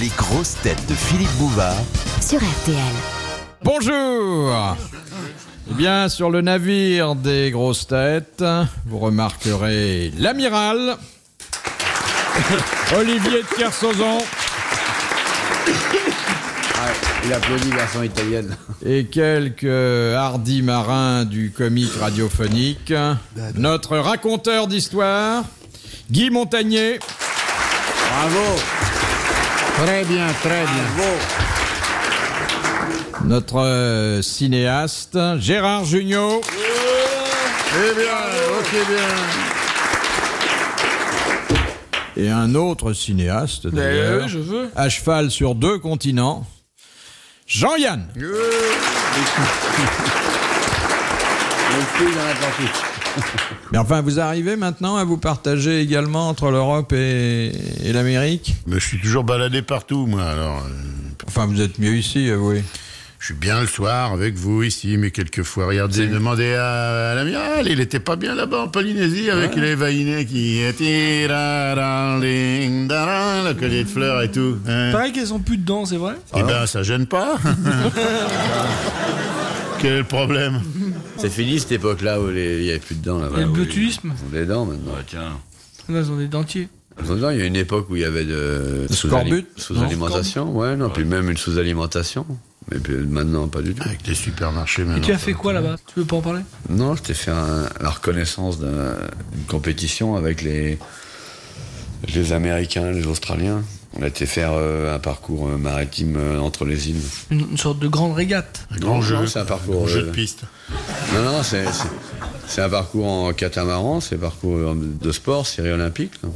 Les grosses têtes de Philippe Bouvard sur RTL. Bonjour Eh bien, sur le navire des grosses têtes, vous remarquerez l'amiral, Olivier de Kersauzon Il applaudit version italienne. et quelques hardis marins du comique radiophonique, notre raconteur d'histoire, Guy Montagnier, Bravo, Très bien, très bien. bravo. notre euh, cinéaste, Gérard Jugnot, Eh bien, ok, bien. et un autre cinéaste d'ailleurs, à cheval sur deux continents, Jean-Yann Le fil dans l'Atlantique. Mais enfin, vous arrivez maintenant à vous partager également entre l'Europe et, et l'Amérique Mais je suis toujours baladé partout, moi. Alors, euh, Enfin, vous êtes mieux ici, avouez. je suis bien le soir avec vous ici, mais quelquefois, regardez, demandez à, à l'amiral, il était pas bien là-bas en Polynésie avec les vaïnés qui étaient la collier de fleurs et tout. hein. Pareil qu'elles ont plus de dents, c'est vrai Eh ben, ça gêne pas. Quel est le problème C'est fini cette époque-là où les- il n'y avait plus de dents. Là, Et voilà, le où botulisme Ils ont des dents maintenant. Là, elles ont des dentiers. Pourtant, il y a une époque où il y avait de scorbut, non sous-alimentation, ouais, non, puis même une sous-alimentation. Mais puis maintenant, pas du tout. Avec les supermarchés maintenant. Et tu as fait quoi là-bas Tu veux pas en parler Non, je t'ai fait un- la reconnaissance d'un- d'une compétition avec les, les Américains, les Australiens. On a été faire euh, un parcours euh, maritime euh, entre les îles. une, une sorte de grande régate. Un grand Non, jeu. non, c'est un parcours, Un jeu euh, de piste. Non, non, c'est, c'est- c'est un parcours en catamaran, c'est un parcours de sport, série olympique. là.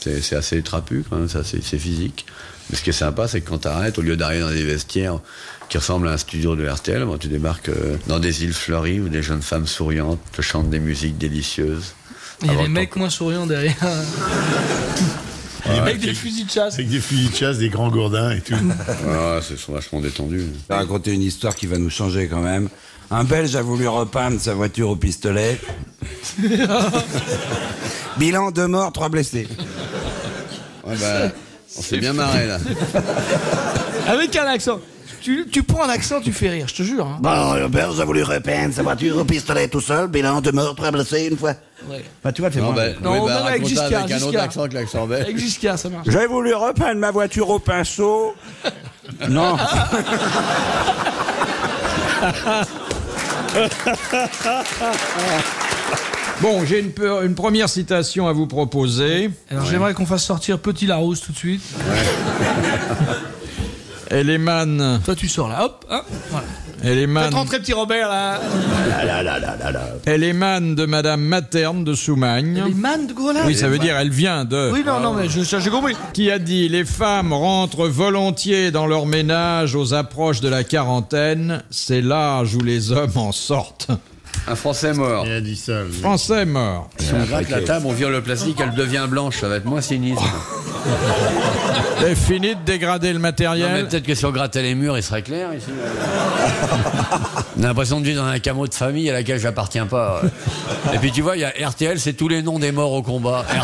C'est, c'est assez trapu, quand même, ça, c'est, c'est physique. Mais ce qui est sympa, c'est que quand t'arrêtes, au lieu d'arriver dans des vestiaires qui ressemblent à un studio de RTL, bon, tu débarques euh, dans des îles fleuries où des jeunes femmes souriantes te chantent des musiques Ah, délicieuses. Il y a Avant des le mecs moins souriants derrière. mecs Avec des qui- fusils de chasse. Avec des filles de chasse, des grands gourdins et tout. Ah, ce sont vachement détendus. Je vais Ah. raconter une histoire qui va nous changer quand même. Un Belge a voulu repeindre sa voiture au pistolet. Bilan, deux morts, trois blessés. Ouais, bah, on s'est bien marré là. Avec un accent. Tu, tu prends un accent, tu fais rire, je te jure. hein. Bon, le Belge a voulu repeindre sa voiture au pistolet tout seul, bilan de mort, trois blessés une fois. Ouais. Enfin, tu vois, fais Non, moi. bah, Non, oui, on bah, va avec raconte ça Giscard, avec un autre Giscard. accent que l'accent belge. Avec Giscard, ça marche. J'ai voulu repeindre ma voiture au pinceau. Non. Bon, j'ai une, peur- une première citation à vous proposer. Alors j'aimerais qu'on fasse sortir Petit Larousse tout de suite. Elle émane. Toi, tu sors là, hop, hein, voilà. Elle émane. Faites rentrer Petit Robert là. Elle émane de Madame Materne de Les Soumagne. man de Grenade. Oui, ça veut dire elle vient de. Oui, non, non, mais je, ça, j'ai compris. Qui a dit Les femmes rentrent volontiers dans leur ménage aux approches de la quarantaine. C'est l'âge où les hommes en sortent. Un Français mort. Il a dit ça. lui. Français mort. Si on gratte la table, on vire le plastique, elle devient blanche, ça va être moins sinistre. Et fini de dégrader le Non, mais matériel. peut-être que si on grattait les murs, il serait clair ici. on a l'impression de vivre dans un camo de famille à laquelle j'appartiens pas. ouais. Et puis tu vois, il y a RTL, c'est tous les noms des morts au combat. RTL.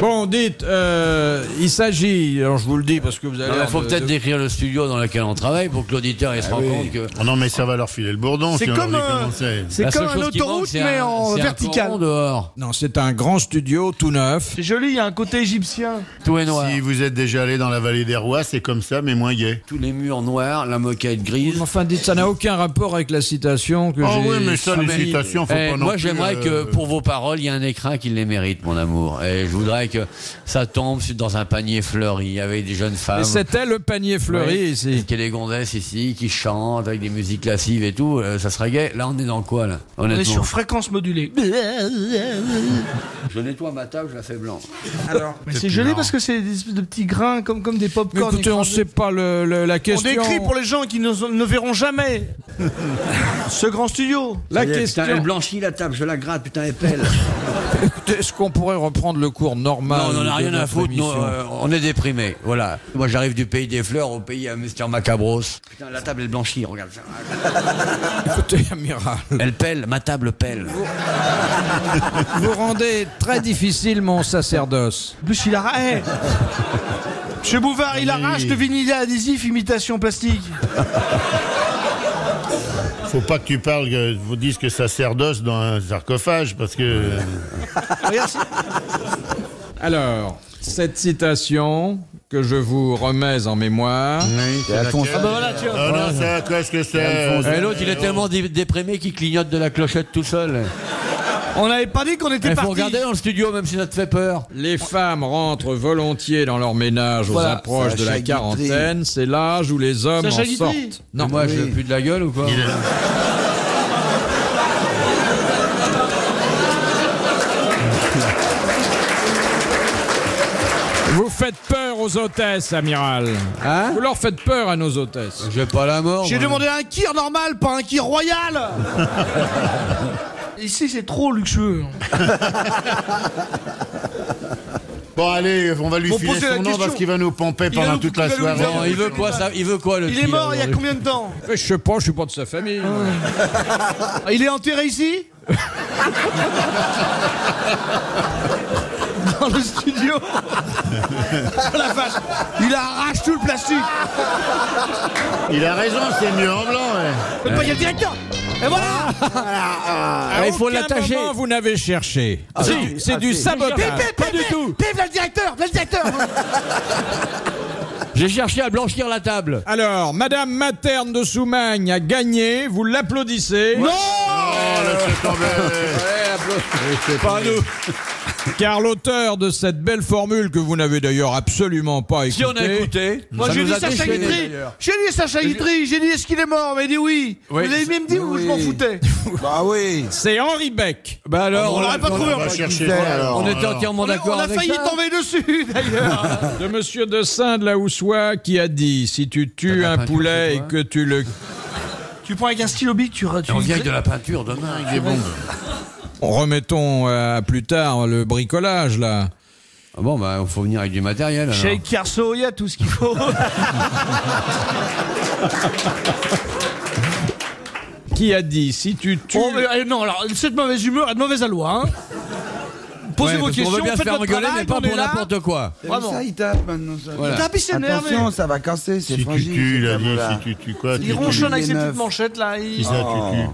Bon, dites, euh, il s'agit, alors je vous le dis parce que vous allez. Il faut peut-être décrire le studio dans lequel on travaille pour que l'auditeur il se rende compte que. Oh non, mais ça va leur filer le bourdon. C'est si on comme leur dit un- comment c'est. C'est la seule comme un chose qui manque, autoroute, c'est mais un- en c'est un vertical. coron dehors. Non, c'est un grand studio tout neuf. C'est joli, il y a un côté égyptien. Tout est noir. Si vous êtes déjà allé dans la vallée des rois, c'est comme ça, mais moins gay. Tous les murs noirs, la moquette grise. Enfin, dites, ça n'a aucun rapport avec la citation que Ah j'ai. oui, mais ça, les sortie. citations, faut Eh, pas non moi, plus, j'aimerais que euh, pour vos paroles, il y ait un écrin qui les mérite, mon amour. Et je voudrais que ça tombe sur- dans un panier fleuri avec des jeunes femmes. Mais c'était le panier fleuri Oui. ici. Qu'il y ait des gonzesses ici qui chantent avec des musiques lascives et tout. euh, ça serait gay. Là, on est dans quoi, là On est Honnêtement. sur fréquence modulée. Je nettoie ma table, je la fais blanc. Mais c'est joli parce que c'est des espèces de petits grains comme, comme des Mais pop-corn. écoutez, on ne sait pas le- le- la On question. décrit pour les gens qui ne, ne verront jamais ce grand studio. La Putain, question. elle blanchit la table, je la gratte, putain, elle pèle. Est-ce qu'on pourrait reprendre le cours normal. Non, on en de a rien à notre foutre, émission. nous, euh, on est déprimés, voilà. Moi j'arrive du pays des fleurs au pays à Mr Macabros. Putain, la table est blanchie, regarde ça. Écoutez, amiral, Elle pèle, ma table pèle. vous rendez très difficile mon sacerdoce. En plus, il arrache. Monsieur Bouvard, il arrache de vinyle adhésif, imitation plastique. Faut pas que tu parles, que vous dites que sacerdoce dans un sarcophage, parce que. Regarde, c'est- Alors, cette citation que je vous remets en mémoire. c'est Alphonse. Ah, voilà, tiens. non, ça, qu'est-ce que Et c'est Eh, Euh, l'autre, il est tellement dé- déprimé qu'il clignote de la clochette tout seul. on n'avait pas dit qu'on était Il faut parti. regarder dans le studio, même si ça te fait peur. Les femmes rentrent volontiers dans leur ménage aux Voilà, approches de la Sacha Guitry. quarantaine. C'est l'âge où les hommes Sacha en Guitry. sortent. Non, moi, je veux plus de la gueule ou quoi Il est- Vous faites peur aux hôtesses, amiral. Hein Vous leur faites peur à nos hôtesses. J'ai pas la mort. J'ai moi. demandé un kir normal, pas un kir royal. Ici, c'est trop luxueux. hein. Bon, allez, on va lui Bon, filer posez son la nom question. parce qu'il va nous pomper va pendant nous- toute il la va nous soirée. dire- Non, il veut quoi, ça Il veut quoi, le Ah Il petit, est là, mort il y a aujourd'hui combien de temps Je sais pas, je suis pas de sa famille. Ah, Il est enterré ici Dans le studio Oh la vache Il arrache tout le plastique Il a raison, c'est mieux en blanc. ouais. Faut pas y a le directeur Et voilà À il faut aucun l'attacher. Ah, moment, Vous n'avez cherché. C'est du- c'est du sabotage. Pas du tout le directeur Vive le directeur J'ai cherché à blanchir la table. Alors, Madame Materne de Soumagne a gagné. Vous l'applaudissez. Oh, laisse tomber. Pas nous. Car l'auteur de cette belle formule que vous n'avez d'ailleurs absolument pas Si écoutée. on a écouté, Moi ça j'ai nous dit a Sacha déchaînés, Guitry d'ailleurs. J'ai dit Sacha Guitry J'ai dit est-ce qu'il est mort Mais il dit oui Vous Oui. avez même dit où je m'en foutais Bah oui. C'est Henri Beck. Bah alors, Ah, On l'aurait pas trouvé On va chercher quoi, alors on était Alors. entièrement On a, d'accord on a avec failli ça. tomber dessus d'ailleurs de Monsieur de Saint de la Houssoie qui a dit si tu tues la un peinture poulet chez et toi que tu le Tu prends avec un stylo bic, tu... tu On vient avec de la peinture demain. Ah, Il est bon. remettons euh, à plus tard le bricolage là. Ah Bon, bah, il faut venir avec du matériel. alors. Chez Carso, il y a tout ce qu'il faut Oh, Qui a dit si tu tues Oh, mais, eh, non, alors, cette mauvaise humeur est de mauvaise à loi. hein. Posez Ouais, vos parce qu'on questions, veut bien se faites faire votre engueuler, travail, mais pas on est pour là. n'importe quoi. Vraiment. Ça, il tape maintenant. Ça. Voilà. T'as un pisse énervé. Attention, ça va casser, c'est Si tu fragile. tues, il cette a dit, table-là. si tu tues quoi tu Il tues. ronchonne Il est avec ses petites neuf. manchettes là. il- Si ça, tu tues.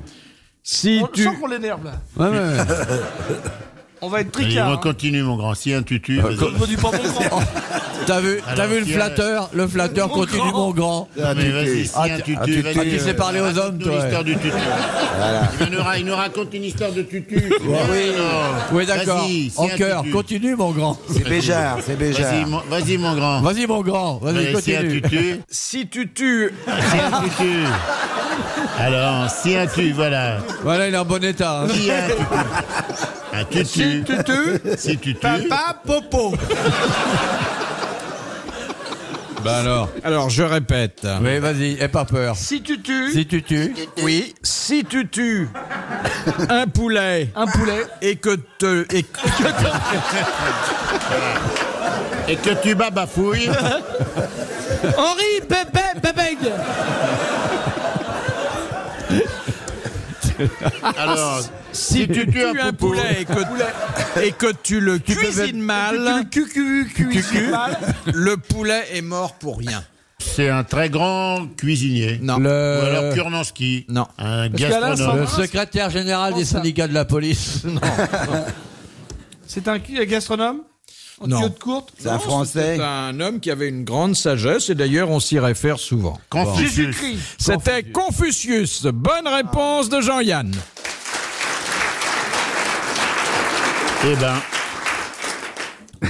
si On tu sent qu'on l'énerve là. Ouais, ouais. On va être Allez, tricard. on continue, mon grand. Si un tutu. hein. Au niveau du pamplemousse. T'as vu, t'as Alors, euh, vu le qui a- flatteur Le flatteur Mon continue, grand. mon grand. Ah, Mais tu vas-y, tues. si un Ah, tutu, tu- vas-y, ah, tu euh, sais parler aux raconte-nous hommes, toi, l'histoire du tutu. Il, nous ra- il nous raconte une histoire de tutu. oui. Oui, d'accord. Vas-y, si En un cœur, tutu. continue, mon grand. C'est Béjart, c'est Vas-y, Béjart. mon- Vas-y, mon grand. Vas-y, mon grand. Vas-y, Allez, Si un continue. tutu. si tu tues Si un tutu. Alors, si un tutu, voilà. Voilà, il est en bon état. hein. Qui a un tutu Un tutu. Tutu, Si tutu. papa, popo. Bah alors. Ben alors je répète Oui, vas-y, aie pas peur. Si tu tues Si tu tues, oui si tu tues un poulet un poulet. et que te et que- Et que tu bats bafouille. Henri, bébé, bébé. Alors, si tu tues un, popo. poulet et que et que tu le cuisines mal Tu le cucu, cucu, mal. le poulet est mort pour rien. c'est un très grand cuisinier. Non. Ou le- alors Kurnansky. Non. Un qu'à le gastronome. l'instant- secrétaire général des ça. syndicats de la police. C'est un cu- gastronome En Non. culotte courte C'est un Français. C'est un homme qui avait une grande sagesse et d'ailleurs on s'y réfère souvent. Confucius. Jésus-Christ. C'était Confucius. Bonne réponse de Jean-Yann. Eh ben,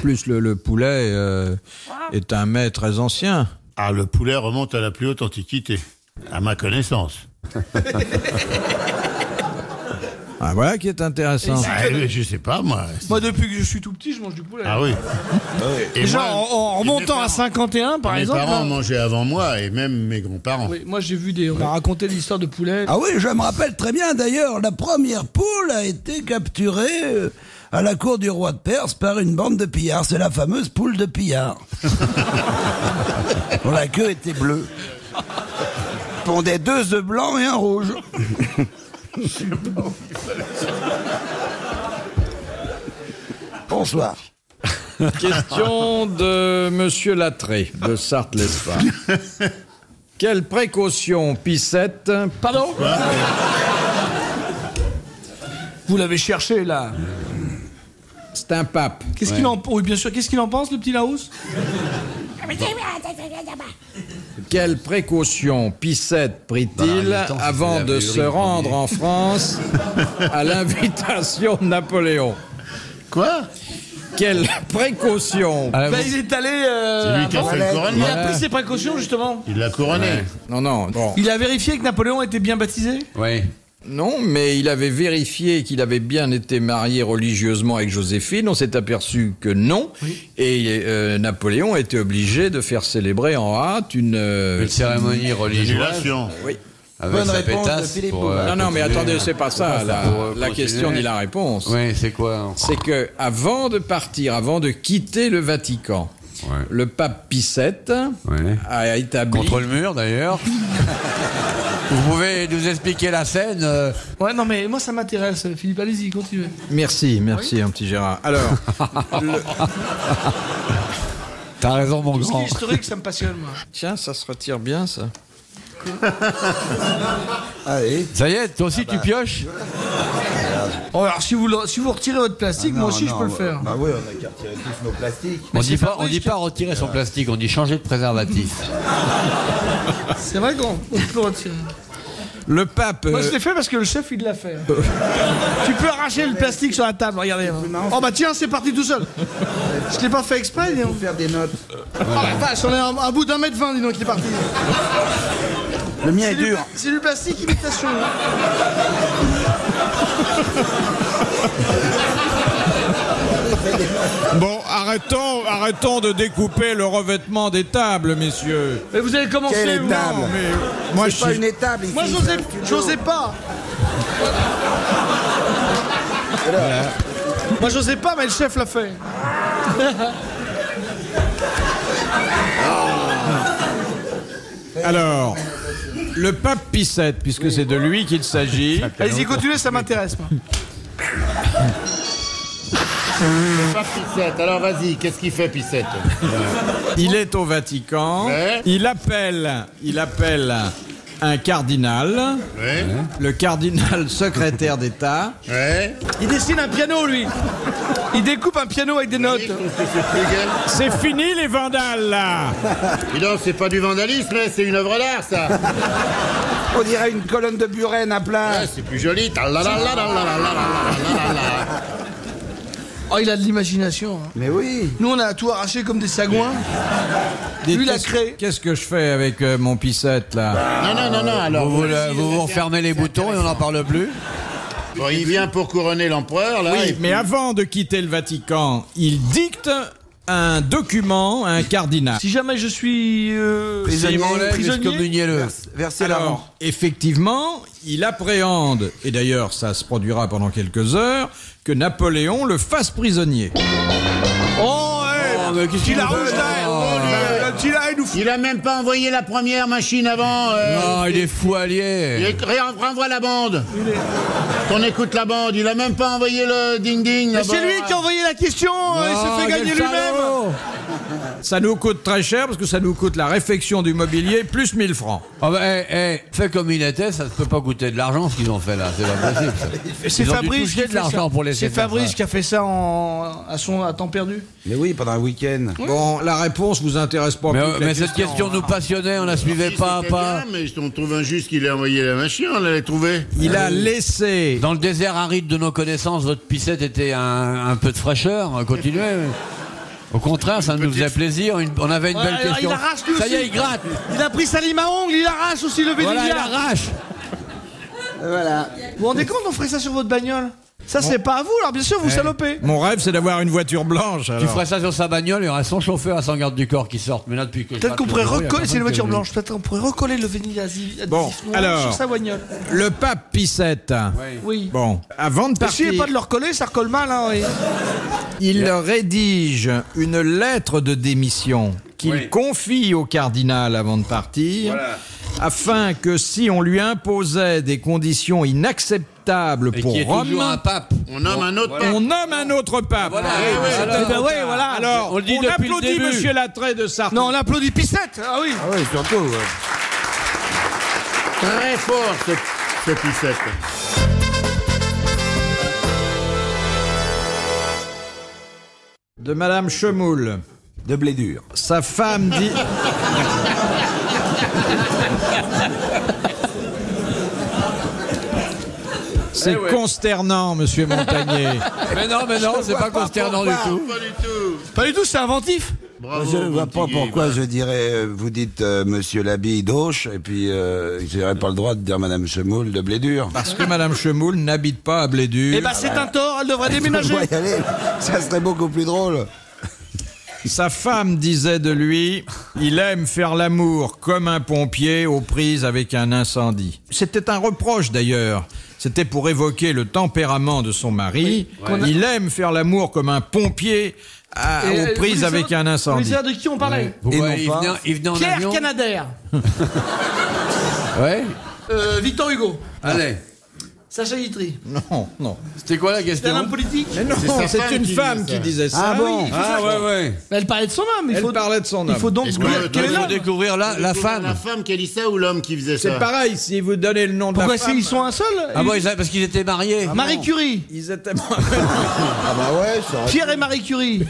Plus le, le poulet euh, est un mets très ancien. ah, le poulet remonte à la plus haute antiquité, à ma connaissance. Ah, voilà qui est intéressant. Ah, eh, je sais pas, moi. Moi, depuis que je suis tout petit, je mange du poulet. Ah oui. Et Déjà, moi, en, en et mes remontant parents- à 51, par Mes exemple. parents là- mangeaient avant moi et même mes grands-parents. Oui, moi, j'ai vu des. On m'a raconté l'histoire de poulet. Ah oui, je me rappelle très bien d'ailleurs, la première poule a été capturée euh, à la cour du roi de Perse par une bande de pillards. C'est la fameuse poule de pillards. dont la queue était bleue. Pondait deux œufs blancs et un rouge. Bonsoir. Question de Monsieur Latré, de Sarthe-l'Espagne. Quelle précaution, Pissette Pardon Vous l'avez cherché là. C'est un pape. Qu'est-ce qu'il en Oui, bien sûr. Qu'est-ce qu'il en pense, le petit Larousse Quelle précaution Pissette prit-il Bah, en même temps, avant c'était la de se priori, rendre premier. en France à l'invitation de Napoléon Quoi Quelle précaution Bah, il est allé. euh, Ah C'est lui qui a avant. fait le Il couronnement. a pris ses précautions justement. Il l'a couronné. Non, non, bon. Il a vérifié que Napoléon était bien baptisé. Oui. Non, mais il avait vérifié qu'il avait bien été marié religieusement avec Joséphine. On s'est aperçu que non. Et euh, Napoléon était obligé de faire célébrer en hâte une... euh, Une cérémonie religieuse Annulation. avec Bonne sa réponse de pétasse Philippe pour, Bouvard. euh, non, non, mais continuer. attendez, c'est pas ça. La, Pour, euh, la continuer. question ni la réponse. Oui, c'est quoi c'est que avant de partir, avant de quitter le Vatican, Ouais. le pape Pissette Ouais. a établi. Contre le mur d'ailleurs. Vous pouvez nous expliquer la scène euh, Ouais, non, mais moi ça m'intéresse. Philippe, allez-y, continuez. Merci, merci, un petit Gérard. Alors, T'as raison, mon Tout ce qui grand. est historique, ça me passionne, moi. tiens, ça se retire bien, ça. Allez. Ça y est, toi aussi tu pioches Oh, alors, si vous, le- si vous retirez votre plastique, moi aussi je peux le faire. Bah oui, on a qu'à retirer tous nos plastiques. On dit c'est pas, on Fabrice dit qui- pas retirer son plastique, on dit changer de préservatif. C'est vrai qu'on on peut retirer. Le pape. Moi, euh, je l'ai fait parce que le chef, il l'a fait. tu peux arracher le plastique sur la table, regardez. hein. Oh, bah tiens, c'est parti tout seul. Je l'ai pas fait exprès, dis donc. Faire des notes. Oh la vache, on est à un, à bout d'un mètre vingt, dis donc, il est parti. Le mien est C'est du- dur. C'est du plastique imitation. hein. Bon, arrêtons, arrêtons de découper le revêtement des tables, messieurs. Mais vous avez commencé, Quelle vous étape Non, mais moi, je C'est pas suis- une étable ici. Moi, j'osais, c'est un studio. j'osais pas. Moi, j'osais pas, mais le chef l'a fait. Alors, le pape Pissette, puisque c'est de lui qu'il s'agit. Allez-y, continuez, ça m'intéresse, moi. Pas Pissette. Alors vas-y, qu'est-ce qu'il fait, Pissette Il est au Vatican. Ouais. Il appelle, il appelle un cardinal, Ouais. le cardinal secrétaire d'État. Ouais. Il dessine un piano, lui. Il découpe un piano avec des notes. Qu'est-ce que c'est que ce gars C'est fini les vandales là. Dis donc, c'est pas du vandalisme, hein, c'est une œuvre d'art, ça. On dirait une colonne de Buren à plat. Ouais, Ah, c'est plus joli. Talalalalalalalalalalalala. Oh, il a de l'imagination. hein. Mais oui. Nous, on a tout arraché comme des sagouins. Lui, il a Qu'est-ce- créé. Qu'est-ce que je fais avec euh, mon Pissette là Non, non, non, non. Alors, Vous, vous, le- vous vous refermez les boutons et on n'en parle plus bon, il vient pour couronner l'empereur, là. et Oui, puis- mais avant de quitter le Vatican, il dicte un document à un cardinal. Si jamais je suis euh, Simon-le, prisonnier, excommuniez-le. Verser la mort. Alors, effectivement, il appréhende, et d'ailleurs ça se produira pendant quelques heures, que Napoléon le fasse prisonnier. oh, hey, Oh, mais qu'est-ce petit qu'il la veut, rouge là, oh, le- le petit là, il nous fout. Il a même pas envoyé la première machine avant. euh, Non, oh, il est fou Il allié. est- ré- Renvoie la bande. Qu'on écoute la bande. Il a même pas envoyé le ding-ding. Mais là-bas. Ah, bah, c'est lui qui a envoyé la question. euh, il Oh, se fait quel gagner lui-même. salaud Ça nous coûte très cher parce que ça nous coûte la réfection du mobilier plus 1000 francs. Oh, bah, eh, eh, fais comme il était, ça ne peut pas coûter de l'argent ce qu'ils ont fait là, c'est pas possible. ça. Ils C'est ont dû Fabrice qui toucher a de fait ça. l'argent pour laisser C'est faire Fabrice ça. qui a fait ça en, à son à temps perdu. Mais oui, pendant un week-end. Bon, la réponse vous intéresse pas. Mais, plus euh, que la mais cette question nous passionnait, on la suivait Si, pas à c'était pas. bien, Mais on trouve injuste qu'il ait envoyé la machine. On l'avait trouvé. Il a laissé. Dans le désert aride de nos connaissances, votre pissette était un, un peu de fraîcheur. hein, Continuez. Au contraire, ça nous faisait plaisir. une- on avait une Ouais, belle alors, question. il arrache, lui ça y est, aussi. il gratte. Il a pris sa lime à ongles, il arrache aussi le Voilà, il bénéfice. arrache. Vous vous rendez compte, on ferait ça sur votre bagnole Ça, c'est pas à vous, alors bien sûr, vous salopez. Mon rêve, c'est d'avoir une voiture blanche. Tu alors. ferais ça sur sa bagnole, il y aurait son chauffeur à 100 gardes du corps qui sortent. Mais là, depuis que. je Peut-être rate qu'on le pourrait bureau, il y a recoller, c'est personne une qui voiture a vu. blanche, peut-être qu'on pourrait recoller le vinyle adhesive Bon, adhesif noir alors. sur sa bagnole. Le pape Pissette. Oui. Bon, avant de Essayez partir, pas de le recoller, ça recolle mal. Hein, oui. il rédige une lettre de démission qu'il Oui. confie au cardinal avant de partir, Voilà. afin que si on lui imposait des conditions inacceptables Et pour qui est toujours un Rome, pape. On nomme un autre. on nomme un autre pape. Voilà. Ah, Eh oui, c'est alors. un- Eh ben ouais, voilà. Alors, On on, le dit depuis le applaudit début. Monsieur Latray de Sartre. Non, on applaudit Pissette. Ah oui. Oui, surtout. ouais. Très fort, ce, ce Pissette. De Madame Chemoul. De blé dur. Sa femme dit. Eh C'est consternant, monsieur Montagnier. Mais non, mais non, c'est pas consternant du tout. Pas du tout. Pas du tout, c'est inventif. Bravo. je ne vois pas Montigny. pourquoi je dirais, euh, vous dites euh, Monsieur l'habit d'Auche, et puis euh, je n'aurais pas le droit de dire Madame Chemoul de blé dur. Parce que Madame Chemoul n'habite pas à Blédur. Eh ben, c'est un tort, elle devrait Je déménager. dois y aller, ça serait beaucoup plus drôle. Sa femme disait de lui il aime faire l'amour comme un pompier aux prises avec un incendie. C'était un reproche d'ailleurs. C'était pour évoquer le tempérament de son mari. Il aime faire l'amour comme un pompier à- Et, euh, aux prises vous Ah, avec savez- un vous incendie. savez de qui on parlait Vous Et voyez, non il, pas. venait, il venait en Pierre avion. Canadair. Ouais. Euh, Victor Hugo. Allez. Sacha Guitry. Non, non. C'était quoi la C'est un question homme politique. Mais non, sa c'est femme une qui femme disait qui ça. disait ça. Ah bon Ah ouais ouais. Mais Elle parlait de son homme. Il Elle faut, parlait de son il homme. faut donc. Est-ce que- Quel est Il faut l'homme découvrir la, la La femme. femme qui a dit ça ou l'homme qui faisait ça C'est pareil, si vous donnez le nom de Pourquoi la c'est- femme, ils sont un seul Ah bon, Ils- ils avaient- parce qu'ils étaient mariés. Marie Curie. ils étaient... Ah bah ouais, ça aurait- Pierre et Marie Curie.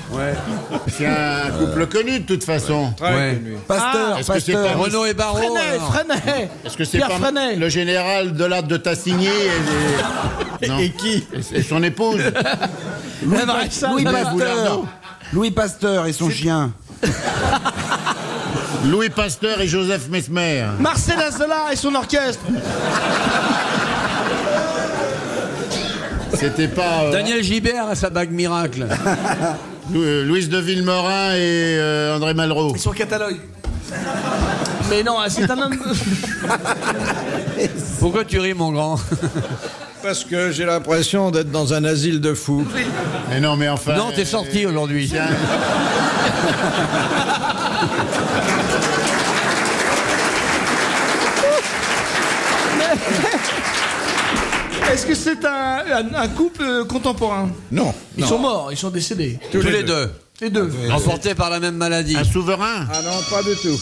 C'est un couple connu de toute façon. Très Ouais. connus. Pasteur, Est-ce que c'est pasteur. pas- Renaud et Barreau. Freinet, alors. Freinet. Est-ce que c'est Pierre pas Freinet. le général de l'art de Tassigny et, les- Non. Et qui Et son épouse Louis, Même Pa- avec Eh ben, ça, Louis même Pasteur. Boulardot. Louis Pasteur et son chien. Louis Pasteur et Joseph Mesmer. Marcel Azola et son orchestre. C'était pas euh, Daniel Gibert à sa bague miracle. Lou- euh, Louise de Villemorin et euh, André Malraux. Son catalogue. Mais non, ah, c'est un homme. Pourquoi tu ris, mon grand Parce que j'ai l'impression d'être dans un asile de fous. Mais non, mais enfin. Non, t'es euh, sorti aujourd'hui. c'est un- Est-ce que c'est un, un- un couple euh, contemporain Non, Ils non. sont morts, ils sont décédés. Tous les deux. Les deux. Emportés par la même maladie. euh, un souverain Ah non, pas du tout.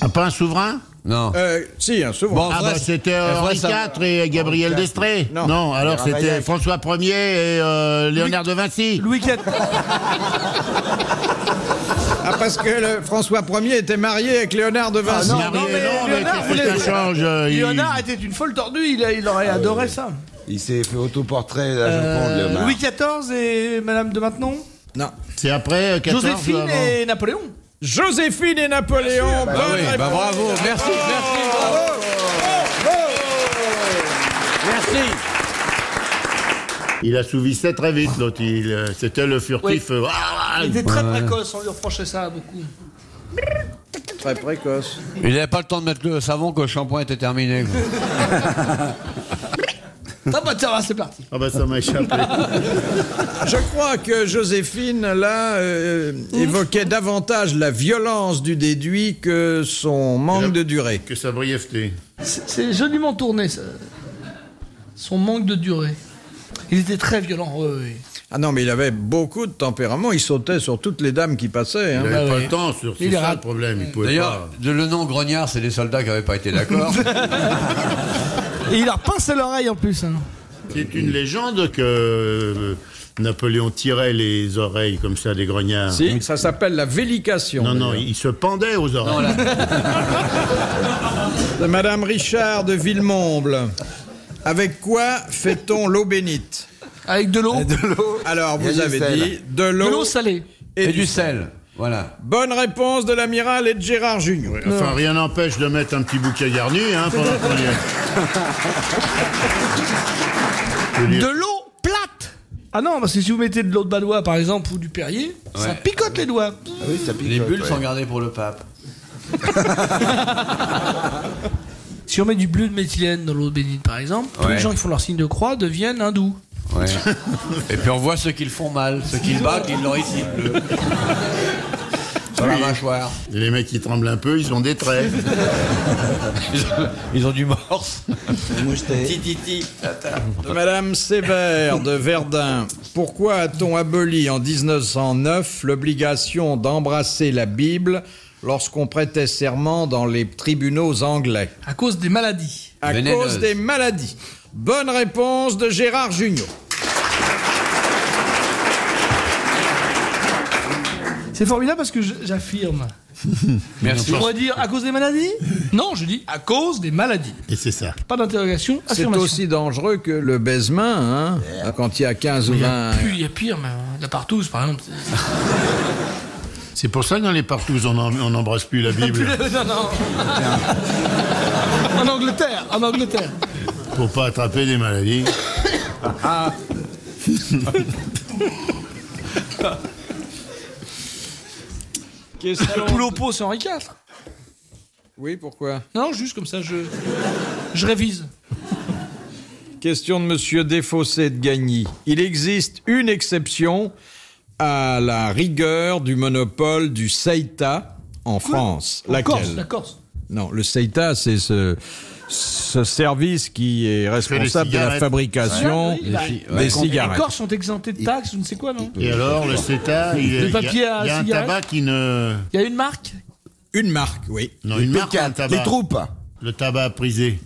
Ah, Pas un souverain Non. Euh, si, un souverain. Bon, Ah, vrai, bah c'était en euh, vrai, Henri ça- IV et Gabriel Destré. Non. alors c'était Ravaillac. François Ier et euh, Léonard de Vinci. Louis IV. Ah, parce que le François Ier était marié avec Léonard de Vinci. non, Marié, mais non, mais qu'est-ce Léonard que ça voulait- change euh, il- Léonard était une folle tordue, il, a- il aurait adoré ça. Il s'est fait autoportrait à Joconde, Euh, Bah. Léonard. Louis XIV et Madame de Maintenon Non. C'est après euh, 14 ou Joséphine avant et Napoléon Joséphine et Napoléon. Ah bonne oui, bah réponse. bravo. Merci, merci, bravo. Merci. Il assouvissait très vite, l'autre. il, euh, C'était le furtif. euh, ah, ah, Il était très précoce, on lui reprochait ça beaucoup. Très précoce. Il n'avait pas le temps de mettre le savon que le shampoing était terminé. quoi. T'as pas de savoir, c'est parti. Ah bah ça m'a échappé. Je crois que Joséphine, là, euh, évoquait davantage la violence du déduit que son manque de durée. que sa brièveté. C'est c'est joliment tourné, ça. Son manque de durée. Il était très violent, ouais, ouais. Ah non, mais il avait beaucoup de tempérament. Il sautait sur toutes les dames qui passaient. hein. Il n'avait bah pas oui. le temps sur c'est Il est ça rap- Mm. le problème. Il pouvait D'ailleurs, pas. de- le nom grognard, c'est des soldats qui n'avaient pas été d'accord. Et il leur pinçait l'oreille en plus. hein. C'est une légende que euh, Napoléon tirait les oreilles comme ça des grognards. Si, ça s'appelle la vélication. Non, non, il se pendait aux oreilles. De Madame Richard de Villemomble. Avec quoi fait-on l'eau bénite Avec de l'eau. Alors, Il y a vous du avez sel. dit de De l'eau l'eau salée. et, Et du du sel. sel. Voilà. Bonne réponse de l'amiral et de Gérard Junior. Enfin, rien n'empêche de mettre un petit bouquet garni hein, pendant qu'on y est. De l'eau plate. Ah non, parce que si vous mettez de l'eau de badois, par exemple, ou du Perrier, ça Ouais. picote les doigts. oui, ça pique. Les ouais, bulles ouais. sont gardées pour le pape. Si on met du bleu de méthylène dans l'eau bénite, par exemple, tous les Ouais. gens qui font leur signe de croix deviennent hindous. Ouais. Et puis on voit ceux qui le font mal, ceux qui le battent, ils l'ont ici, le bleu. Sur la mâchoire. Et les mecs qui tremblent un peu, ils ont des traits. Ils ont, ils ont du morse. Ti, ti, ti. De Madame Sévère de Verdun, pourquoi a-t-on aboli en 1909 l'obligation d'embrasser la Bible lorsqu'on prêtait serment dans les tribunaux anglais À cause des maladies. À Vénéneuse. cause des maladies. Bonne réponse de Gérard Jugnot. C'est formidable parce que je- j'affirme. Merci. Tu pourrais dire à cause des maladies Non, je dis à cause des maladies. Et c'est ça. Pas d'interrogation, C'est affirmation. aussi dangereux que le baisement, hein, quand il y a 15 ou Il y a 20... plus- il y a pire, mais euh, la partouze, par exemple. C'est pour ça que dans les partous, on en- on n'embrasse plus Ah, la Bible. non, non. en Angleterre, en Angleterre. pour pas attraper des maladies. Le poule au pot, c'est Henri IV. Oui, pourquoi Non, juste comme ça, je, je révise. Question de Monsieur Desfossés de Gagny. Il existe une exception à la rigueur du monopole du Seita en France. La Corse, la Laquelle Corse. Non, le Seita, c'est ce, ce service qui est responsable de la cigarettes. fabrication Ouais, oui, bah, des Et Les cigarettes. Corses sont exemptés de taxes, je ne sais quoi, non Et alors, le CETA, il y a- Le il y a, papier à il y a un cigarette tabac qui ne. Il y a une marque Une marque, oui. Non, une marque, un Pécane, tabac. les troupes. Le tabac prisé.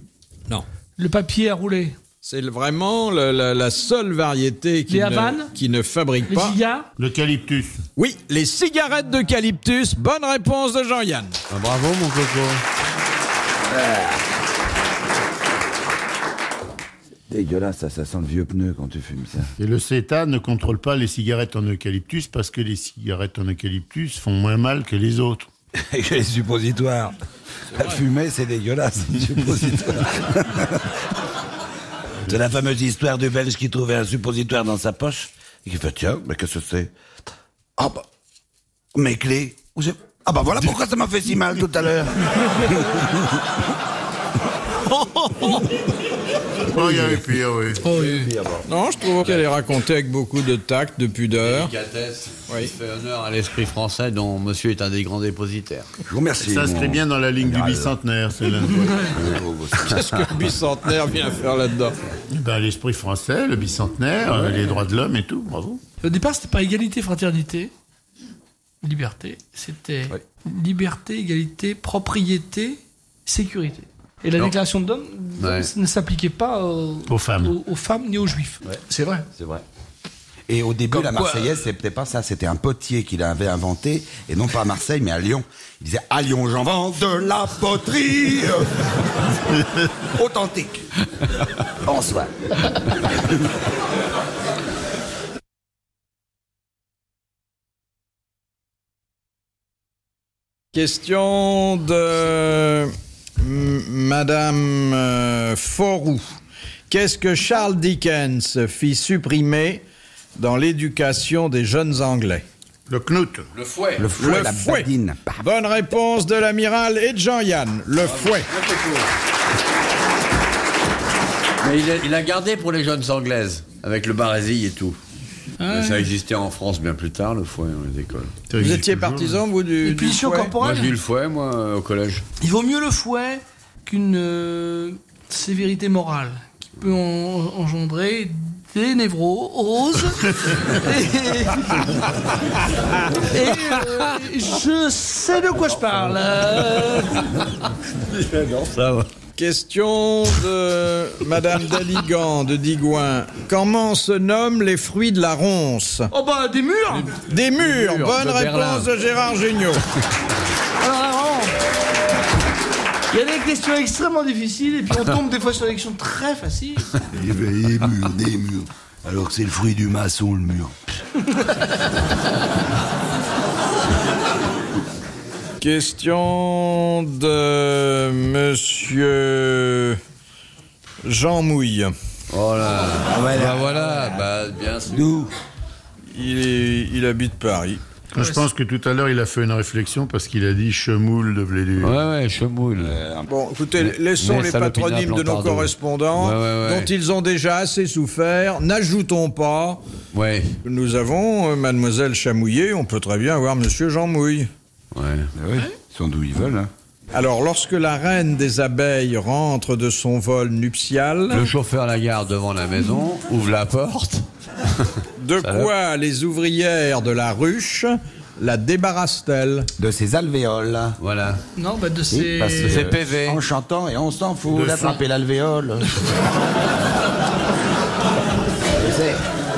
Non. Le papier à rouler. C'est le- vraiment le- la, la seule variété qui Les ne, Havanes qui ne fabrique Les pas. cigares L'eucalyptus. Oui, les cigarettes d'eucalyptus. Bonne réponse de Jean-Yann. Ah, bravo, mon coco. Dégueulasse, ça, ça sent le vieux pneu quand tu fumes ça. Et le CETA ne contrôle pas les cigarettes en eucalyptus parce que les cigarettes en eucalyptus font moins mal que les autres. Avec les suppositoires. La fumée, c'est dégueulasse, les suppositoires. c'est la fameuse histoire du Belge qui trouvait un suppositoire dans sa poche et qui fait Tiens, mais qu'est-ce que c'est Ah, bah, mes clés. Où j'ai- Ah, bah voilà pourquoi ça m'a fait si mal tout à l'heure. Oh, il y avait pire, oui. Non, je trouve qu'elle est racontée avec beaucoup de tact, de pudeur. Délicatesse, qui fait honneur à l'esprit français dont monsieur est un des grands dépositaires. Je vous remercie. Ça mon- serait bien dans la ligne du bicentenaire, celle-là. Qu'est-ce que bicentenaire vient faire là-dedans Ben, L'esprit français, le bicentenaire, euh, les droits de l'homme et tout, bravo. Au départ, c'était pas égalité, fraternité, liberté. C'était liberté, égalité, propriété, sécurité. Et la Non. déclaration de Rome Ouais. ne s'appliquait pas aux, Aux femmes. aux, aux femmes ni aux juifs. C'est vrai. C'est vrai. Et au début, la Marseillaise, c'était pas ça, c'était un potier qui l'avait inventé, et non pas à Marseille, mais à Lyon. Il disait À Lyon, j'en vends de la poterie Authentique En soi. Question de M- Madame euh, Forou. Qu'est-ce que Charles Dickens fit supprimer dans l'éducation des jeunes Anglais Le knout. Le fouet. Le fouet, la badine. Bonne réponse de l'amiral et de Jean-Yann. Le fouet. Mais il a, il a gardé pour les jeunes anglaises, avec le barésil et tout. Mais ça existait en France bien plus tard, le fouet, dans les écoles. Vous étiez partisan, vous, du, Les du punitions fouet Moi, j'ai eu corporelles. le fouet, moi, euh, au collège. Il vaut mieux le fouet qu'une euh, sévérité morale qui peut en- engendrer des névroses et, et, euh, je sais de quoi je parle. Euh, Question de Madame Daligan de Digoin. Comment se nomment les fruits de la ronce Oh bah des murs Des murs. murs Bonne de Berlin. réponse de Gérard Jugnot. Alors là, vraiment, Il y a des questions extrêmement difficiles et puis on tombe des fois sur des questions très faciles. Des murs, des murs. Alors que c'est le fruit du maçon, le mur. Question de Monsieur Jean Mouille. Oh là Ah, voilà. Bah voilà, bah bien sûr. D'où Il, est- il habite Paris. Moi, je pense que tout à l'heure, il a fait une réflexion parce qu'il a dit chemoule de Blédu. Ouais, ouais, chemoule. Bon, écoutez, laissons mais les Salopina, patronymes de nos Plantardeau. correspondants, Ouais, ouais, ouais. dont ils ont déjà assez souffert. N'ajoutons pas. Ouais, Nous avons euh, Mademoiselle Chamouillet, on peut très bien avoir Monsieur Jean Mouille. ouais. oui, ils sont d'où ils veulent. Hein. Alors, lorsque la reine des abeilles rentre de son vol nuptial, Euh. Le chauffeur la gare devant la maison, ouvre la porte. de Salope. quoi les ouvrières de la ruche la débarrassent-elles De ces alvéoles. là. Voilà. Non, bah de Oui, ces. parce que- C'est PV. En chantant et on s'en fout, De la son- frappe et l'alvéole.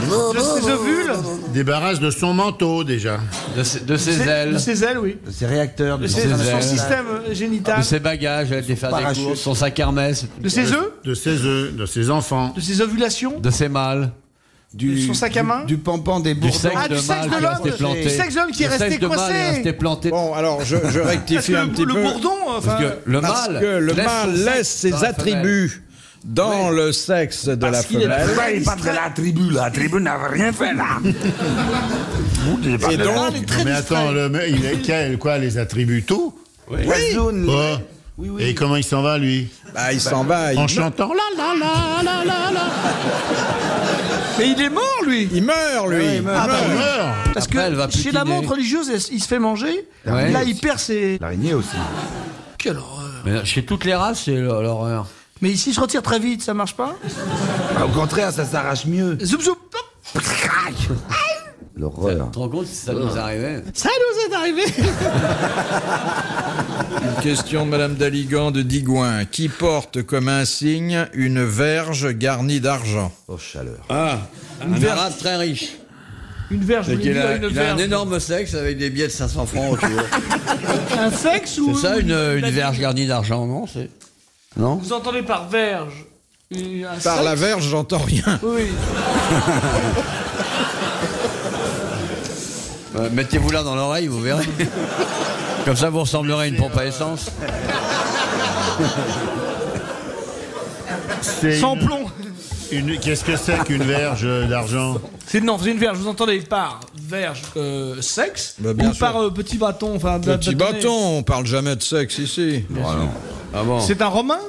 Bon, bon, Ces ovules Débarrasse de son manteau, déjà. De, ses- de ses c'est- ailes. de Ses ailes, oui. Ces réacteurs. De de- ses- de son ailes. système euh, génital. De ses bagages, elle allait faire des parachute. courses, son sac Hermès, De ses œufs De ses œufs, de ses enfants. De ses ovulations de ses mâles, de son sac à main Du, du pampan des du bourdons. sexe Ah, du de sexe mâle de qui est l'homme, resté du planté. sexe de l'homme qui est Le resté sexe de mâle coincé. est resté planté. Bon, alors, je, je Parce que rectifie un petit le, le peu. bourdon, enfin. Parce que le Parce mâle, que le laisse son mâle sexe laisse dans ses la femelle. attributs dans le sexe de la qu'il est- femelle. Ouais, il parle de la tribu, là. La tribu n'a rien fait, là. Vous, il parle Et de la- donc, mais attends, le, mec, il est, quel- quoi, les attributs, tout Wazoun. Quoi Et comment il s'en va, lui bah, il s'en va. Il, En chantant là, là, là, là, là, là. Mais il est mort, lui il meurt, lui. Ouais, il meurt. Ah, bah, Il meurt. Parce Après, elle va que chez la butiner. montre religieuse, elle- il se fait manger. Ouais. Là, il perd ses. L'araignée aussi. Quelle horreur. Mais chez toutes les races, c'est l'horreur. Mais ici, je retire très vite, ça marche pas Au contraire, ça s'arrache mieux. Zoup zoup hop. Tu te rends compte si ça nous arrivait Ça nous est arrivé Une question de Madame Daligan de Digoin. Qui porte comme insigne une verge garnie d'argent Ah, un arabe très riche. Une verge, je Et voulais qu'il dire a, une il a un verge. énorme sexe avec des billets de 500 francs autour. Un sexe ou. C'est ça, une, une la- verge garnie d'argent, non c'est- Non Vous entendez par verge une- un Par sexe la verge, j'entends rien. Oui. Euh, Mettez-vous là dans l'oreille, vous verrez. Comme ça, vous ressemblerez à une pompe à essence. C'est Sans une- plomb une- Qu'est-ce que c'est qu'une verge d'argent C'est non, c'est une verge. Vous entendez par verge euh, sexe Bah, bien ou sûr. par euh, petit bâton, enfin de- Petit bâtonnet. bâton, on parle jamais de sexe ici. Ah bon C'est un romain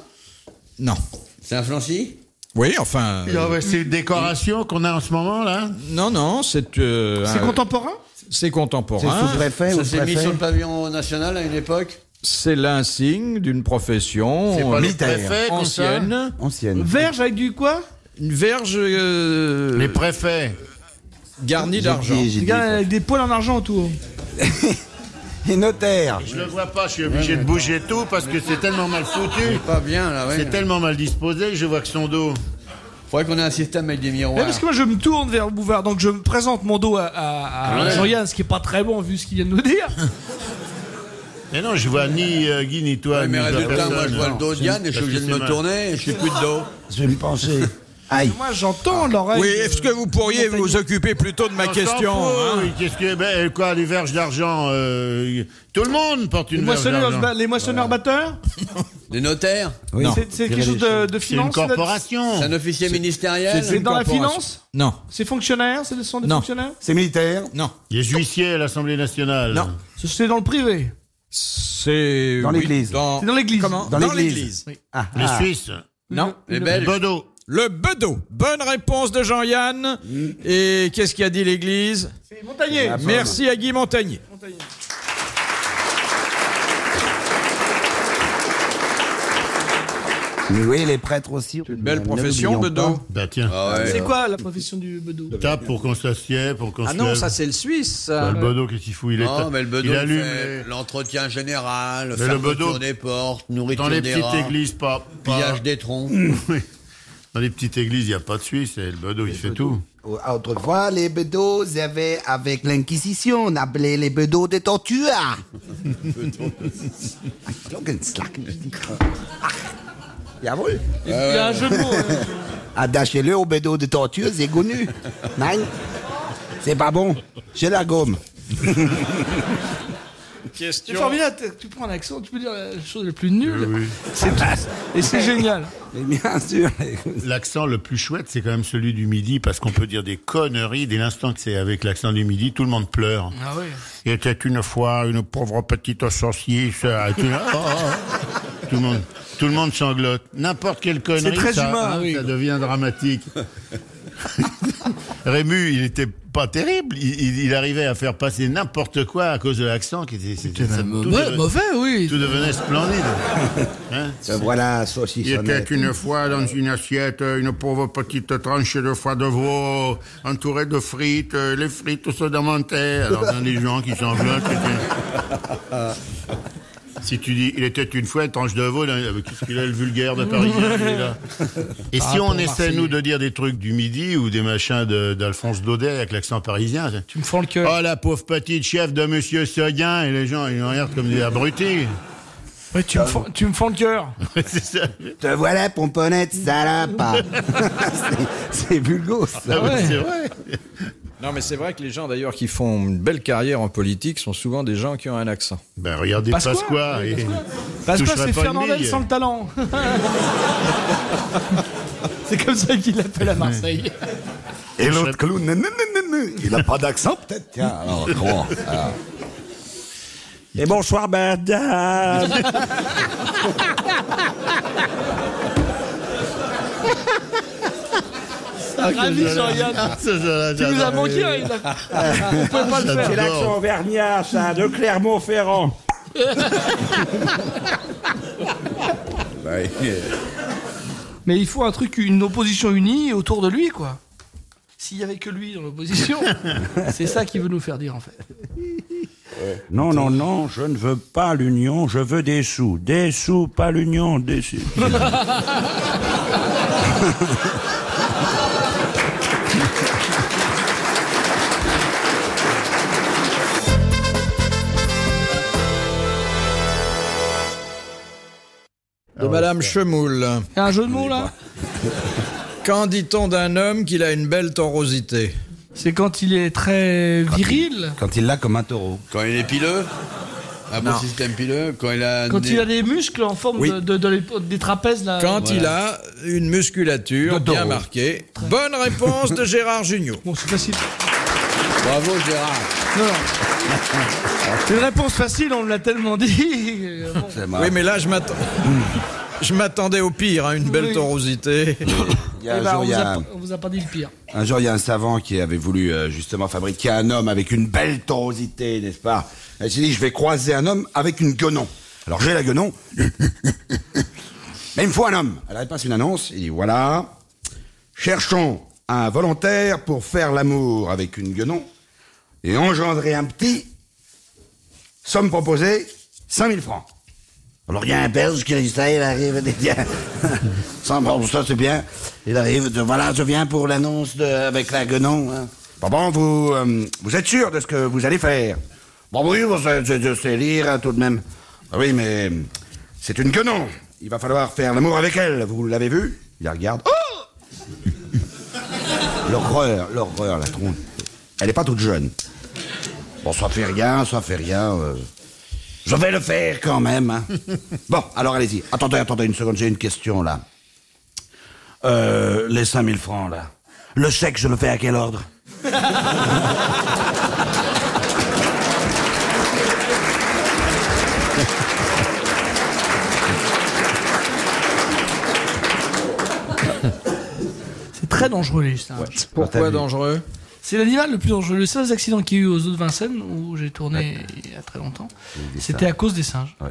Non. C'est un flancy Oui, enfin. euh, Ah C'est une décoration qu'on a en ce moment, là non, non, c'est. euh, C'est un- contemporain c'est C'est contemporain. sous-préfet ou Ça s'est mis préfet sur le pavillon national à une époque C'est l'insigne d'une profession C'est pas euh, les préfets, tout ça ancienne. Ancienne. Verge avec du quoi Une verge euh, Les préfets. garnie d'argent. J'ai- Des j'ai dit- gars avec des poils en argent autour. Et notaire. Je le vois pas, je suis obligé de bouger tout parce que c'est tellement mal foutu. Pas bien, là, ouais. C'est tellement mal disposé, je vois que son dos. Faudrait qu'on ait un système avec des Mais miroirs. Eh, parce que moi je me tourne vers Bouvard, donc je me présente mon dos à, à- à Ouais. Jean-Yann, ce qui est pas très bon vu ce qu'il vient de nous dire. Mais non, je vois ni euh, Guy, ni toi, Ouais, ni mais la résultat, personne. moi, je vois le dos de Yann et je suis Parce obligé que de c'est me mal. tourner et je suis plus de dos. Je vais me pencher. Aïe. Moi j'entends l'oreille. Oui, euh, est-ce que vous pourriez montagne- vous occuper plutôt de ma On s'en question fout, hein oui, Qu'est-ce que ben, quoi les verges d'argent euh, Tout le monde porte Les une verge moissonneurs, d'argent. les moissonneurs batteurs Des notaires Oui. C'est- C'est Virer quelque chose de, de les C'est une finance là- C'est corporation. un officier ministériel C'est dans la corporation. finance Non, C'est fonctionnaire C'est sont des Non. fonctionnaires C'est militaire. non. Les huissiers à l'Assemblée nationale. Non. C'est- C'est dans le privé. C'est Dans oui, l'église. dans- C'est dans l'église. Comment Dans Dans l'église. l'église. Ah, Les ah. Suisses. Non. Les Les Belges Bedeaux. Le bedeau. Bonne réponse de Jean-Yann. Et qu'est-ce qu'a dit l'église C'est Montagnier. Merci à Guy Montagnier. Mais oui, les prêtres aussi. Belle profession, bedeau. Bah tiens. Ah ouais. C'est quoi la profession du bedeau Tape pour qu'on s'assied, pour qu'on Ah se non, lève. ça c'est le Suisse. ça. Bah, le bedeau, qu'est-ce qu'il fout Il est Non, mais le bedeau, il allume fait les- l'entretien général, le Mais le bedeau- fermeture des portes, nourriture dans les des petites rats, églises, pas, pas- Mm. pillage des troncs. Dans les petites églises, il n'y a pas de Suisse. Et le bedeau, il fait tout. Ah, Autrefois, les bedeaux avaient, avec l'Inquisition, on appelait les bedeaux des Ah, tortues. Jawohl. Il y a un jeu de mots. hein. Attachez-le au bedeau des tortues, c'est connu. Hein? Non, c'est pas bon. J'ai la gomme. question. C'est formidable, t'as- tu prends un accent, tu peux dire la chose la plus nulle. C'est Et c'est génial. Bien sûr. L'accent le plus chouette, c'est quand même celui du midi, parce qu'on peut dire des conneries dès l'instant que c'est avec l'accent du midi, tout le monde pleure. Ah oui. Il était une fois une pauvre petite saucisse. euh, Tout, oh, oh, oh. Tout le monde, tout le monde sanglote. N'importe quelle connerie, C'est très ça, humain, hein, oui. ça devient dramatique. Rému, il était pas terrible. Il, il- il arrivait à faire passer n'importe quoi à cause de l'accent qui était, c'était- ça- tout Ouais, devenait- mauvais, oui. Tout devenait splendide. Hein voilà, il était saucissonnette. une fois dans une assiette une pauvre petite tranche de foie de veau entourée de frites. Les frites se démentaient. Alors, dans les gens qui sont blancs, c'est une- Si tu dis, il était une fois une tranche de veau, là, qu'est-ce qu'il a le vulgaire de Parisien lui, là Et Ah, Par si on rapport essaie, Marseillais. nous, de dire des trucs du midi ou des machins de- d'Alphonse Daudet avec l'accent parisien, c'est- Tu me fends le cœur. oh la pauvre petite chef de Monsieur Seguin, et les gens, ils nous regardent comme des abrutis. Ouais, tu, me fends, tu me fends le cœur. c'est ça. Te voilà, pomponnette, salope. c'est c'est vulgos. Ah ouais, c'est vrai. Non, mais c'est vrai que les gens d'ailleurs qui font une belle carrière en politique sont souvent des gens qui ont un accent. Ben regardez Pasqua, Pasqua, oui, et- Pasqua. Pasqua, Toucherai c'est pas une Fernandel bille. sans le talent. C'est comme ça qu'il l'appelle à Marseille. Et l'autre clown, nan, nan, nan, nan, nan. il n'a pas d'accent peut-être Tiens, Ah, alors comment alors. Et bonsoir madame Ravi, que j'adore. Jean-Yann. Ah, ça, j'adore. Tu nous as manqué, hein, il a- on pouvait pas le faire. C'est l'accent vergnat, ça, de Clermont-Ferrand. Mais il faut un truc, une opposition unie autour de lui, quoi. S'il y avait que lui dans l'opposition, c'est ça qu'il veut nous faire dire en fait. Non, non, non, je ne veux pas l'union, je veux des sous. Des sous, pas l'union, des sous. De Madame Chemoul. Il y a un jeu de mots là Qu'en dit-on d'un homme qu'il a une belle torosité C'est quand il est très viril, Quand il l'a comme un taureau. Quand il est pileux Un bon Non. système pileux Quand il a. quand des- il a des muscles en forme Oui. de, de- de l'ép- des trapèzes là. Quand Voilà. il a une musculature De bien taureau. marquée. Bonne réponse de Gérard Jugnot. Bon, c'est facile. Bravo Gérard. Non, non. C'est une réponse facile, on me l'a tellement dit. euh, bon. Oui, mais là, je m'attends- je m'attendais au pire, à une belle Oui. torosité. Il y a Eh un ben, jour, on, il vous y a a un- pas- on vous a pas dit le pire. Un jour, il y a un savant qui avait voulu euh, justement fabriquer un homme avec une belle torosité, n'est-ce pas Il s'est dit, je vais croiser un homme avec une guenon. Alors j'ai la guenon, mais il me faut un homme. Alors il passe une annonce, il dit, voilà, cherchons un volontaire pour faire l'amour avec une guenon et engendrer un petit, somme proposée, 5000 francs. Alors il y a un belge qui dit ça, il arrive, il dit, Sans bon, ça c'est bien. Il arrive, de, voilà, je viens pour l'annonce de- avec la guenon. hein. Bon, bon, vous, euh, vous êtes sûr de ce que vous allez faire Bon, oui, bon, je, je- je sais lire hein, tout de même. Ah oui, mais euh, c'est une guenon. Il va falloir faire l'amour avec elle. Vous l'avez vu Il la regarde. Oh L'horreur, l'horreur, la tronche. Elle n'est pas toute jeune. Bon, ça fait rien, ça fait rien. euh. Je vais le faire quand même. hein. Bon, alors allez-y. Attendez, attendez une seconde, j'ai une question là. Euh, les 5000 francs là. Le chèque, je le fais à quel ordre C'est très dangereux, les Justins. Pourquoi dangereux C'est l'animal le plus dangereux. Le seul accident qu'il y a eu aux eaux de Vincennes, où j'ai tourné il y a très longtemps, des c'était singes. à cause des singes. Ouais.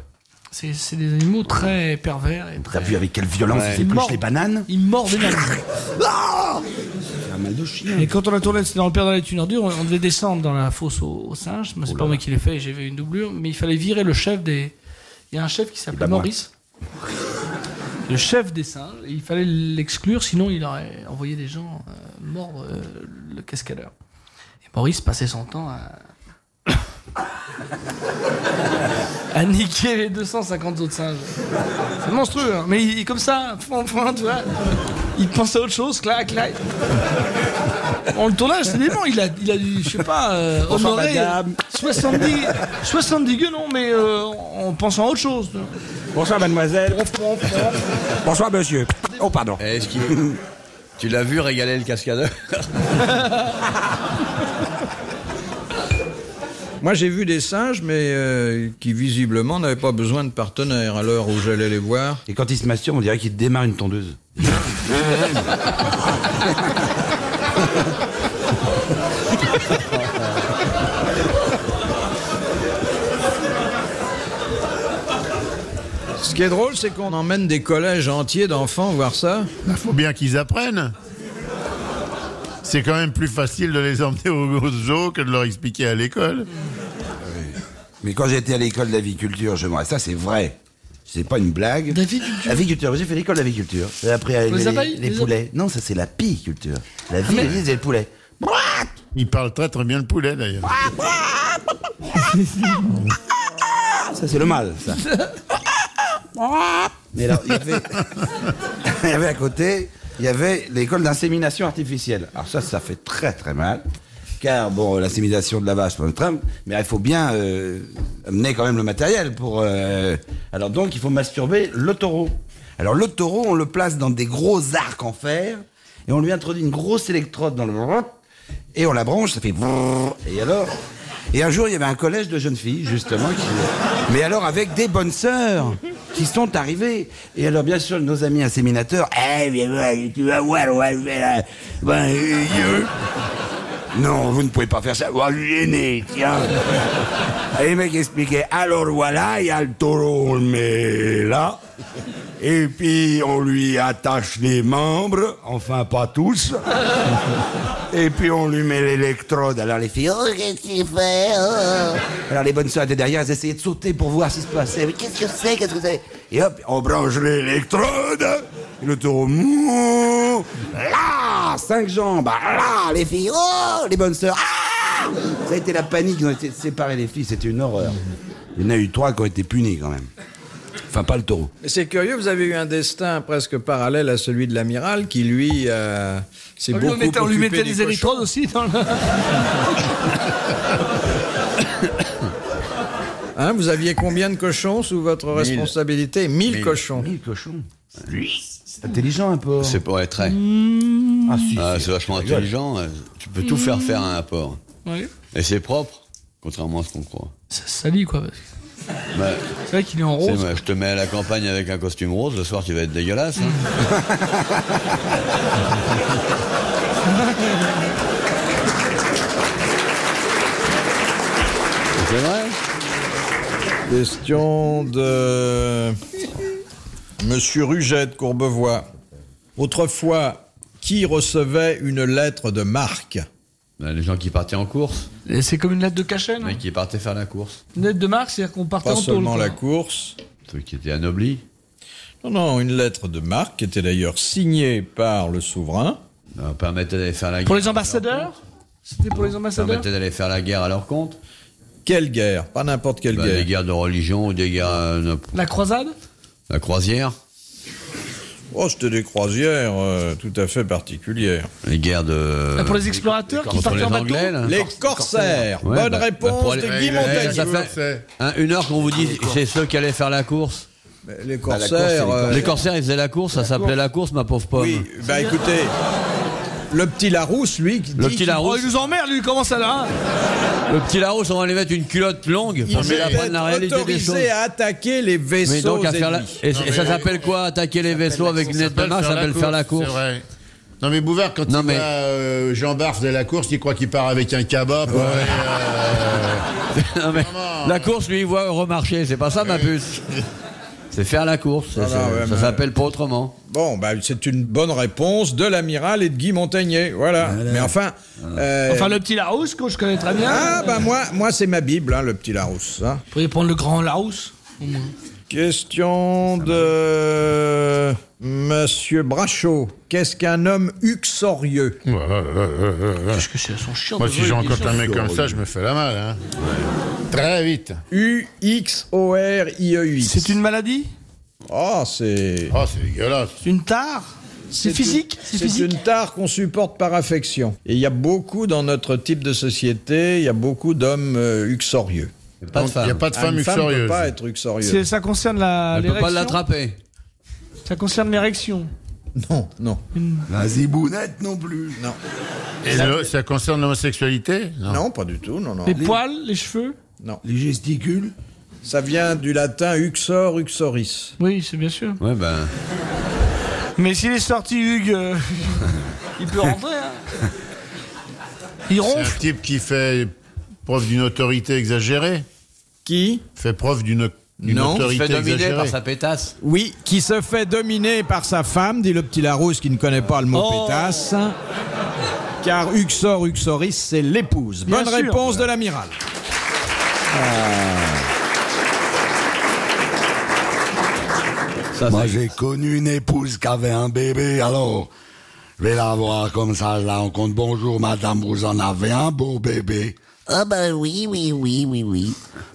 C'est c'est des animaux très pervers et T'as très. vu avec quelle violence Ouais. ils épluchent Mort. les bananes Ils mordent énormément. Un mal de chien. Et quand on a tourné, c'était dans le père dans la thune ordure, on on devait descendre dans la fosse aux, aux singes. Moi, c'est pas moi qui l'ai fait, j'ai vu une doublure, mais il fallait virer le chef des. Il y a un chef qui s'appelait ben, moi. Maurice. Le chef des singes, et il fallait l'exclure, sinon il aurait envoyé des gens euh, mordre euh, le cascadeur. Et Maurice passait son temps à. à niquer les 250 autres singes. C'est monstrueux, hein. mais il, comme ça, point, point, tu vois. Il pensait à autre chose, clac, clac. En le tournage, c'est des bons. Il a, il a dû, je sais pas, euh, Bonsoir, honorer madame. 70, 70 guenons, mais euh, en pensant à autre chose. Bonsoir, mademoiselle. Bonsoir, monsieur. Oh, pardon. Est-ce qu'il- tu l'as vu régaler le cascadeur Moi, j'ai vu des singes, mais euh, qui visiblement n'avaient pas besoin de partenaires à l'heure où j'allais les voir. Et quand il se masturbe, on dirait qu'il démarre une tondeuse. Ce qui est drôle, c'est qu'on emmène des collèges entiers d'enfants voir ça. Ah Il faut bien qu'ils apprennent. C'est quand même plus facile de les emmener au gros zoo que de leur expliquer à l'école. Mais quand j'étais à l'école d'aviculture, je me ça c'est vrai. C'est pas une blague. D'aviculture Aviculture, j'ai fait l'école d'aviculture. J'ai appris à Les élever les, abeilles, les les poulets. Non, ça c'est la piculture. La vie, Ah, mais- et le poulet. Ils parlent très très bien le poulet d'ailleurs. Ça c'est le mal, ça. Mais alors, il y avait, il y avait à côté, il y avait l'école d'insémination artificielle. Alors ça, ça fait très très mal. Car bon, l'insémination de la vache, c'est pas mais il faut bien euh, amener quand même le matériel pour. euh, Alors donc, il faut masturber le taureau. Alors le taureau, on le place dans des gros arcs en fer et on lui introduit une grosse électrode dans le et on la branche, ça fait brrr. et alors et un jour il y avait un collège de jeunes filles justement qui mais alors avec des bonnes sœurs qui sont arrivées et alors bien sûr nos amis inséminateurs eh bien, ouais, tu vas voir on va faire la- ben, euh, euh. non vous ne pouvez pas faire ça oh, je suis né, tiens et le mec expliquait alors voilà il y a le taureau on le met là et puis on lui attache les membres enfin pas tous et puis on lui met l'électrode. Alors les filles, oh, qu'est-ce qu'il fait oh Alors les bonnes sœurs étaient derrière, elles essayaient de sauter pour voir ce qui se passait. Mais qu'est-ce que c'est Qu'est-ce que c'est Et hop, on branche l'électrode. Et le taureau, mou, là, cinq jambes, là, les filles, oh, les bonnes sœurs, ah Ça a été la panique, ils ont été séparés les filles, c'était une horreur. Il y en a eu trois qui ont été punis quand même. Enfin, pas le taureau. Mais c'est curieux, vous avez eu un destin presque parallèle à celui de l'amiral qui, lui, euh, s'est On Oh, lui, beaucoup on mettait- on lui occupé mettait des des électrodes aussi dans le. cochons. Hein, vous aviez combien de cochons sous votre responsabilité 1000 cochons. Mille cochons. C'est intelligent un peu. C'est pour être. Ah, si, Oh. Ah, si. c'est vachement intelligent. euh, Tu peux tout faire faire à un porc. Ouais. Et c'est propre, contrairement à ce qu'on croit. Ça se salit, quoi. parce que Bah, C'est vrai qu'il est en c'est- rose. bah, je te mets à la campagne avec un costume rose, le soir tu vas être dégueulasse. hein. c'est vrai Question de Monsieur Ruget de Courbevoie. Autrefois, qui recevait une lettre de marque Bah, Les gens qui partaient en course, Et C'est comme une lettre de cachet, non les mecs qui partaient faire la course, Une lettre de marque, c'est-à-dire qu'on partait Pas en tôle. seulement quoi. la course. ceux qui étaient anoblis. Non, non, une lettre de marque qui était d'ailleurs signée par le souverain. Ça Bah, permettait d'aller faire la guerre. Pour les ambassadeurs C'était pour les Ça ambassadeurs permettait d'aller faire la guerre à leur compte. Quelle guerre Pas n'importe quelle Bah, guerre. Des guerres de religion ou des guerres. euh, La croisade la croisière. Oh, c'était des croisières euh, tout à fait particulières. Les guerres de. Ah, Pour les explorateurs qui Euh, Contre partaient les en bateau Anglais, là. les corsaires. Ouais, Bonne bah, bah, réponse pour aller- de Guy Ouais, ouais, Montagnier. ouais, Ça Les fait Corsaires. hein, une heure qu'on vous dit c'est ceux qui allaient faire la course. Les Ah, Bah, la course, c'est les corsaires. euh, Les corsaires, ils faisaient la course, ça s'appelait la course, ma pauvre pomme. Oui, bah écoutez, le petit Larousse, lui, qui dit Le petit qu'il- Oh, Larousse, il nous emmerde, lui, comment ça hein là le petit Larousse, on va lui mettre une culotte longue il pour qu'il était apprenne la réalité des choses. autorisé à attaquer les vaisseaux Mais donc à faire la... ennemis. et, et ça s'appelle quoi Attaquer les vaisseaux avec une lettre de marche, ça s'appelle faire la course. C'est vrai. Non mais Bouvard, quand Non, il mais- va, euh, Jean Barth de la course, il croit qu'il part avec un cabas. pour aller, euh, Non, mais la course, lui, il voit remarcher, c'est pas ça ma puce. C'est faire la course, c'est- Non, non, c'est- ouais, ça mais- s'appelle pas autrement. Bon, bah, c'est une bonne réponse de l'amiral et de Guy Montagnier, voilà. Mais enfin... euh, Enfin, le petit Larousse, que je connais très bien. Ah, bah moi, moi c'est ma Bible, hein, le petit Larousse. hein. Vous pourriez prendre le grand Larousse Question de Monsieur Brachot. Qu'est-ce qu'un homme uxorieux Qu'est-ce que c'est Son chien Moi, si j'encontre un mec comme ça, je me fais la malle. hein. Très vite. U-X-O-R-I-E-X. C'est une maladie E Oh, c'est... Oh, c'est dégueulasse. Une tare C'est physique, c'est C'est physique. une tare qu'on supporte par affection. Et il y a beaucoup dans notre type de société, il y a beaucoup d'hommes euh, uxorieux. Il pas de Donc, femmes. il y a pas de femmes Une femme peut uxorieuses. pas être uxorieuse. C'est- Ça concerne la. Elle peut pas l'érection l'attraper. Ça concerne l'érection. Non, non. La zibounette non plus. Non. Et le- ça concerne l'homosexualité Non. pas du tout, non, non. Les poils, les cheveux Non. Les gesticules Ça vient du latin uxor, uxoris. Oui, c'est bien sûr. Ouais, ben. Mais s'il est sorti Hugues, euh, il peut rentrer. hein. Il C'est un ronfle. type qui fait preuve d'une autorité exagérée. Qui Fait preuve d'une d'une Non, Il se autorité fait dominer exagérée. par sa pétasse. Oui, qui se fait dominer par sa femme, dit le petit Larousse qui ne connaît pas le mot Oh. pétasse. Car uxor, uxoris, c'est l'épouse. Bien Bonne sûr. réponse de l'amiral. Ça, Moi, c'est- j'ai connu une épouse qui avait un bébé, alors je vais la voir comme ça, je la rencontre. Bonjour, madame, vous en avez un beau bébé. Ah ben oui, oui, oui, oui, oui.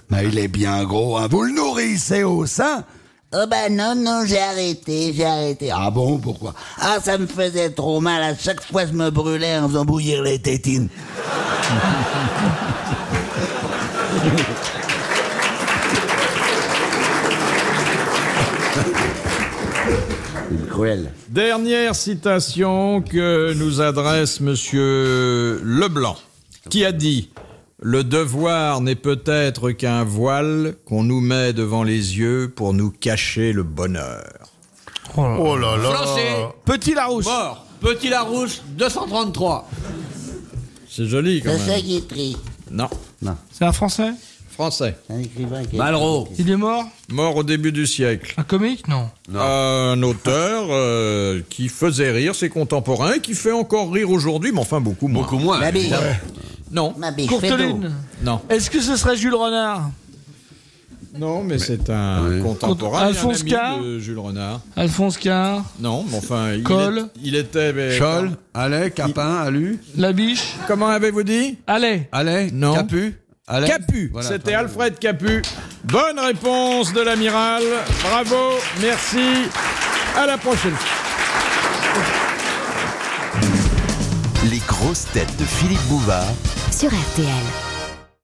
Mais il est bien gros, hein. Vous le nourrissez au sein Ah ben non, non, j'ai arrêté, j'ai arrêté. Ah bon, pourquoi Ah, ça me faisait trop mal, à chaque fois je me brûlais en faisant bouillir les tétines. Cruel. Dernière citation que nous adresse Monsieur Leblanc, qui a dit Le devoir n'est peut-être qu'un voile qu'on nous met devant les yeux pour nous cacher le bonheur. Oh là là Français. Petit Larousse. Mort. Petit Larousse, 233. C'est joli quand même. Guitry. Non, C'est un français français. Malraux. Il est mort Mort au début du siècle. Un comique Non. Un auteur euh, qui faisait rire ses contemporains et qui fait encore rire aujourd'hui, mais enfin beaucoup moins. Beaucoup moins. La bille. évidemment. Non, Ma biche, Courteline. non. Est-ce que ce serait Jules Renard Non, mais c'est un Oui. contemporain. et un Alphonse ami Carr de Jules Renard. Alphonse Carr, Non, mais enfin, il, Cole. est- il était. mais- Scholl, Allais, Capin, Alu, La Biche. Comment avez-vous dit Allez Allais, Non. Capu, Allais. Capu. Voilà, C'était toi. Alfred Capu. Bonne réponse de l'amiral. Bravo. Merci. À la prochaine. Les grosses têtes de Philippe Bouvard sur RTL.